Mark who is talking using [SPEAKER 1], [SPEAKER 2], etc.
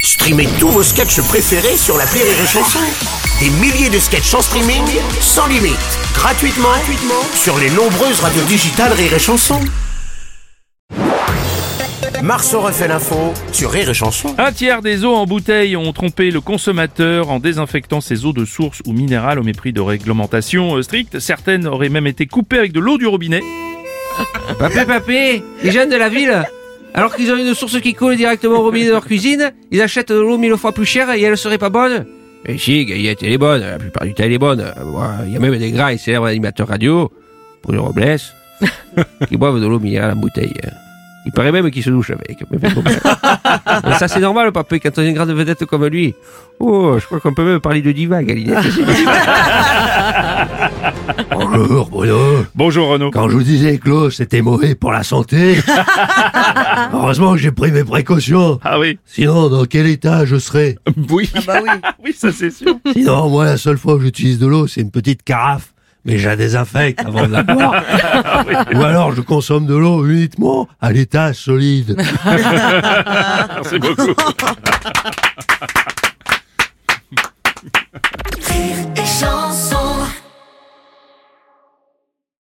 [SPEAKER 1] Streamez tous vos sketchs préférés sur la Rire et Chanson. Des milliers de sketchs en streaming, sans limite, gratuitement, gratuitement sur les nombreuses radios digitales Rire et Chanson. Marceau refait l'info sur Rire et Chanson.
[SPEAKER 2] Un tiers des eaux en bouteille ont trompé le consommateur en désinfectant ses eaux de source ou minérales au mépris de réglementations euh, strictes. Certaines auraient même été coupées avec de l'eau du robinet.
[SPEAKER 3] Papé, papé, les jeunes de la ville, alors qu'ils ont une source qui coule directement au robinet de leur cuisine, ils achètent de l'eau mille fois plus chère et elle serait pas bonne Et si, Gaillette, elle est bonne, la plupart du temps elle est bonne. Euh, moi, Il y a même des gras et célèbres animateurs radio, Bruno Robles, qui boivent de l'eau minérale en bouteille. Il paraît même qu'ils se douchent avec. Mais bon, bref. Mais ça c'est normal, papé, quand on est une grande vedette comme lui. Oh, je crois qu'on peut même parler de diva, Galinette.
[SPEAKER 4] Bonjour Bruno.
[SPEAKER 2] Bonjour Renaud.
[SPEAKER 4] Quand je vous disais que l'eau c'était mauvais pour la santé, heureusement que j'ai pris mes précautions.
[SPEAKER 2] Ah oui.
[SPEAKER 4] Sinon, dans quel état je serais
[SPEAKER 2] Oui. oui. ça c'est sûr.
[SPEAKER 4] Sinon, moi, la seule fois que j'utilise de l'eau, c'est une petite carafe. Mais je la désinfecte avant de la boire.
[SPEAKER 2] Ah
[SPEAKER 4] Ou alors, je consomme de l'eau uniquement à l'état solide.
[SPEAKER 2] Merci beaucoup.
[SPEAKER 5] Rire et chanson.